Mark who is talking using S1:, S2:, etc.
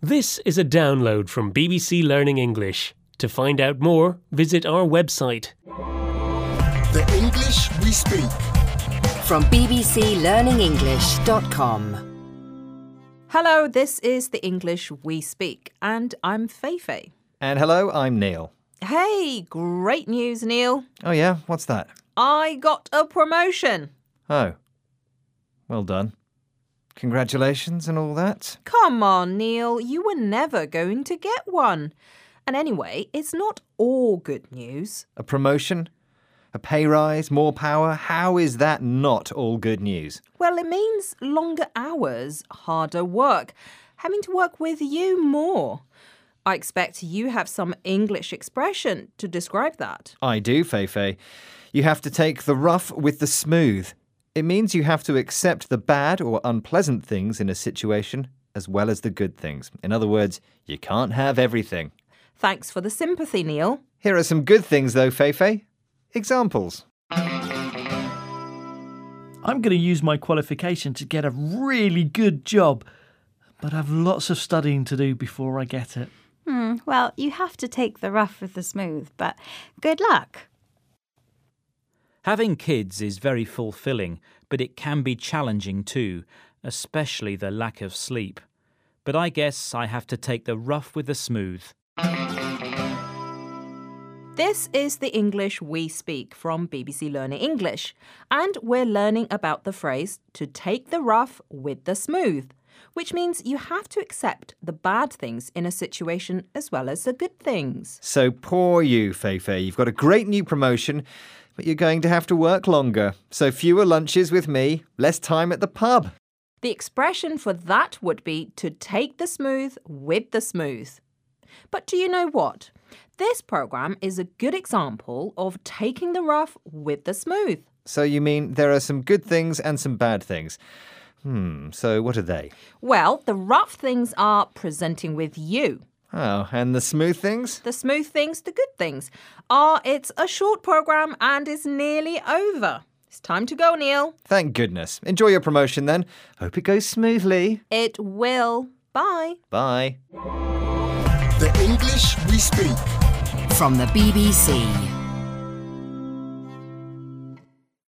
S1: This is a download from BBC Learning English. To find out more, visit our website.
S2: The English we speak.
S3: from bbclearningenglish.com.
S4: Hello, this is the English we speak, and I'm Feifei.
S5: And hello, I'm Neil.
S4: Hey, great news, Neil.
S5: Oh, yeah? What's that?
S4: I got a promotion.
S5: Oh. Well done. Congratulations and all that.
S4: Come on, Neil, you were never going to get one. And anyway, it's not all good news.
S5: A promotion? A pay rise? More power? How is that not all good news?
S4: Well, it means longer hours, harder work, having to work with you more. I expect you have some English expression to describe that.
S5: I do, Feifei. You have to take the rough with the smooth. It means you have to accept the bad or unpleasant things in a situation as well as the good things. In other words, you can't have everything.
S4: Thanks for the sympathy, Neil.
S5: Here are some good things, though, Feifei. Examples.
S6: I'm going to use my qualification to get a really good job, but I've lots of studying to do before I get it.
S7: Hmm, well, you have to take the rough with the smooth, but good luck.
S8: Having kids is very fulfilling, but it can be challenging too, especially the lack of sleep. But I guess I have to take the rough with the smooth.
S4: This is the English we speak from BBC Learning English, and we're learning about the phrase to take the rough with the smooth, which means you have to accept the bad things in a situation as well as the good things.
S5: So poor you, Feifei. You've got a great new promotion, but you're going to have to work longer. So fewer lunches with me, less time at the pub.
S4: The expression for that would be to take the smooth with the smooth. But do you know what? This program is a good example of taking the rough with the smooth.
S5: So you mean there are some good things and some bad things. Hmm, so what are they?
S4: Well, the rough things are presenting with you.
S5: Oh, and the smooth things?
S4: the smooth things, the good things. Ah, it's a short program and it's nearly over. It's time to go, Neil.
S5: Thank goodness. Enjoy your promotion then. Hope it goes smoothly.
S4: It will. Bye.
S5: Bye.
S2: The English we speak.
S3: From the BBC.